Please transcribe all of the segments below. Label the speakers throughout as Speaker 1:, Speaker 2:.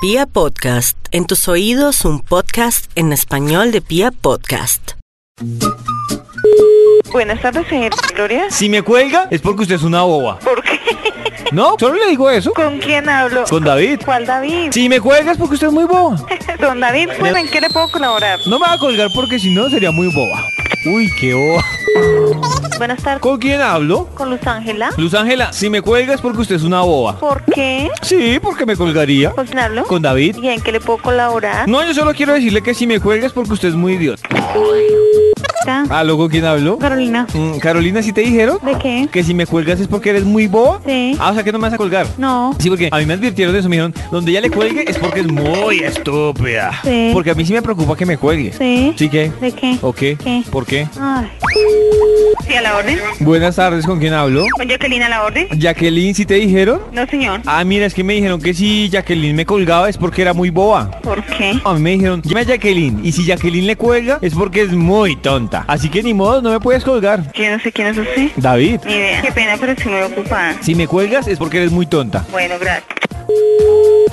Speaker 1: Pia Podcast, en tus oídos un podcast en español de Pia Podcast.
Speaker 2: Buenas tardes, señor Gloria.
Speaker 3: Si me cuelga es porque usted es una boba.
Speaker 2: ¿Por qué?
Speaker 3: No, solo le digo eso.
Speaker 2: ¿Con quién hablo?
Speaker 3: Con David.
Speaker 2: ¿Cuál David?
Speaker 3: Si me cuelga es porque usted es muy boba.
Speaker 2: Don David, bueno, ¿en qué le puedo colaborar?
Speaker 3: No me va a colgar porque si no sería muy boba. Uy, qué boba.
Speaker 2: Buenas tardes,
Speaker 3: ¿Con quién hablo?
Speaker 2: con Luz Ángela.
Speaker 3: Luz Ángela, si me cuelga es porque usted es una boba.
Speaker 2: ¿Por qué?
Speaker 3: Sí, porque me colgaría.
Speaker 2: ¿Con quién hablo?
Speaker 3: Con David.
Speaker 2: ¿Y en qué le puedo colaborar?
Speaker 3: No, yo solo quiero decirle que si me cuelga es porque usted es muy idiota. Ah, luego quién habló?
Speaker 2: Carolina.
Speaker 3: Mm, Carolina, ¿sí te dijeron?
Speaker 2: ¿De qué?
Speaker 3: Que si me cuelgas es porque eres muy boba.
Speaker 2: Sí.
Speaker 3: Ah, o sea que no me vas a colgar.
Speaker 2: No.
Speaker 3: Sí, porque a mí me advirtieron de eso, me dijeron, donde ya le cuelgue es porque es muy estúpida.
Speaker 2: Sí.
Speaker 3: Porque a mí sí me preocupa que me cuelgue.
Speaker 2: ¿Sí?
Speaker 3: ¿Sí Oh. qué?
Speaker 2: ¿De qué?
Speaker 3: ¿O qué?
Speaker 2: ¿Qué?
Speaker 3: ¿Por qué?
Speaker 2: Ay. ¿Sí a la orden?
Speaker 3: Buenas tardes, ¿con quién hablo?
Speaker 2: ¿Con Jacqueline a la orden?
Speaker 3: Jacqueline, ¿sí te dijeron?
Speaker 2: No, señor.
Speaker 3: Ah, mira, es que me dijeron que si Jacqueline me colgaba es porque era muy boba.
Speaker 2: ¿Por qué?
Speaker 3: A mí me dijeron, llama a Jacqueline, y si Jacqueline le cuelga es porque es muy tonta. Así que ni modo, no me puedes colgar.
Speaker 2: Yo no sé quién es usted.
Speaker 3: David,
Speaker 2: Ni idea. Qué pena, pero estoy muy ocupada.
Speaker 3: si me cuelgas es porque eres muy tonta.
Speaker 2: Bueno, gracias.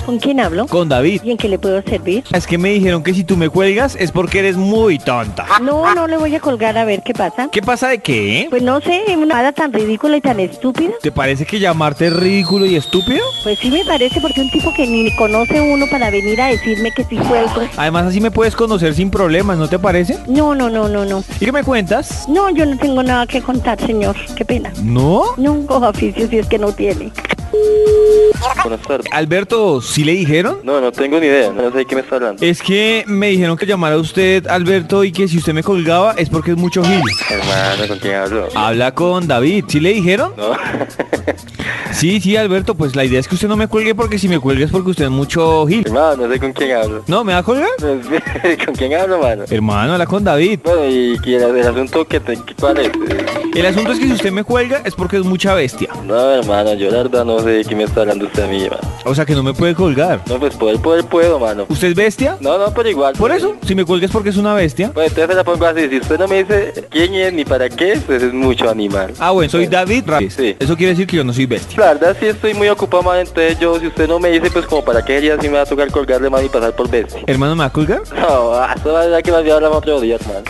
Speaker 4: ¿Con quién hablo?
Speaker 3: Con David.
Speaker 4: ¿Y en qué le puedo servir?
Speaker 3: Es que me dijeron que si tú me cuelgas es porque eres muy tonta.
Speaker 4: No, no le voy a colgar a ver qué pasa.
Speaker 3: ¿Qué pasa de qué? eh?
Speaker 4: Pues no sé, una nada tan ridícula y tan estúpida.
Speaker 3: ¿Te parece que llamarte es ridículo y estúpido?
Speaker 4: Pues sí me parece porque un tipo que ni conoce uno para venir a decirme que sí cuelgo.
Speaker 3: Además así me puedes conocer sin problemas, ¿no te parece?
Speaker 4: No, no, no, no, no.
Speaker 3: ¿Y qué me cuentas?
Speaker 4: No, yo no tengo nada que contar, señor. Qué pena.
Speaker 3: ¿No?
Speaker 4: Nunca oficio si es que no tiene.
Speaker 5: Buenas tardes.
Speaker 3: Alberto, ¿sí le dijeron?
Speaker 5: No, no tengo ni idea, no sé de qué me está hablando.
Speaker 3: Es que me dijeron que llamara a usted Alberto y que si usted me colgaba es porque es mucho gil.
Speaker 5: Hermano, ¿con quién hablo?
Speaker 3: Habla con David, ¿sí le dijeron?
Speaker 5: No.
Speaker 3: Sí, sí, Alberto, pues la idea es que usted no me cuelgue porque si me cuelgue es porque usted es mucho gil.
Speaker 5: Hermano, no sé con quién hablo.
Speaker 3: ¿No? ¿Me va a colgar?
Speaker 5: No sé ¿Con quién hablo, mano?
Speaker 3: Hermano, habla con David.
Speaker 5: Bueno, y que el, el asunto que te... que- ¿Cuál es? Eh,
Speaker 3: El asunto es que si usted me cuelga es porque es mucha bestia.
Speaker 5: No, hermano, yo la verdad no sé de qué me está hablando usted a mí, mano.
Speaker 3: O sea que no me puede colgar.
Speaker 5: No, pues poder, poder, puedo, mano.
Speaker 3: ¿Usted es bestia?
Speaker 5: No, no, pero igual.
Speaker 3: Por eso, si me cuelga es porque es una bestia.
Speaker 5: Bueno, entonces la pongo así, si usted no me dice quién es ni para qué, pues es mucho animal.
Speaker 3: Ah, bueno, soy David Ramírez.
Speaker 5: Sí.
Speaker 3: Eso quiere decir que yo no soy bestia.
Speaker 5: La verdad sí estoy muy ocupado, mano, entonces yo, si usted no me dice, pues como para qué sería, sí me va a tocar colgarle, mano, y pasar por bestia.
Speaker 3: Hermano, ¿me va a colgar?
Speaker 5: No, eso es verdad que más bien hablamos otro día, hermano.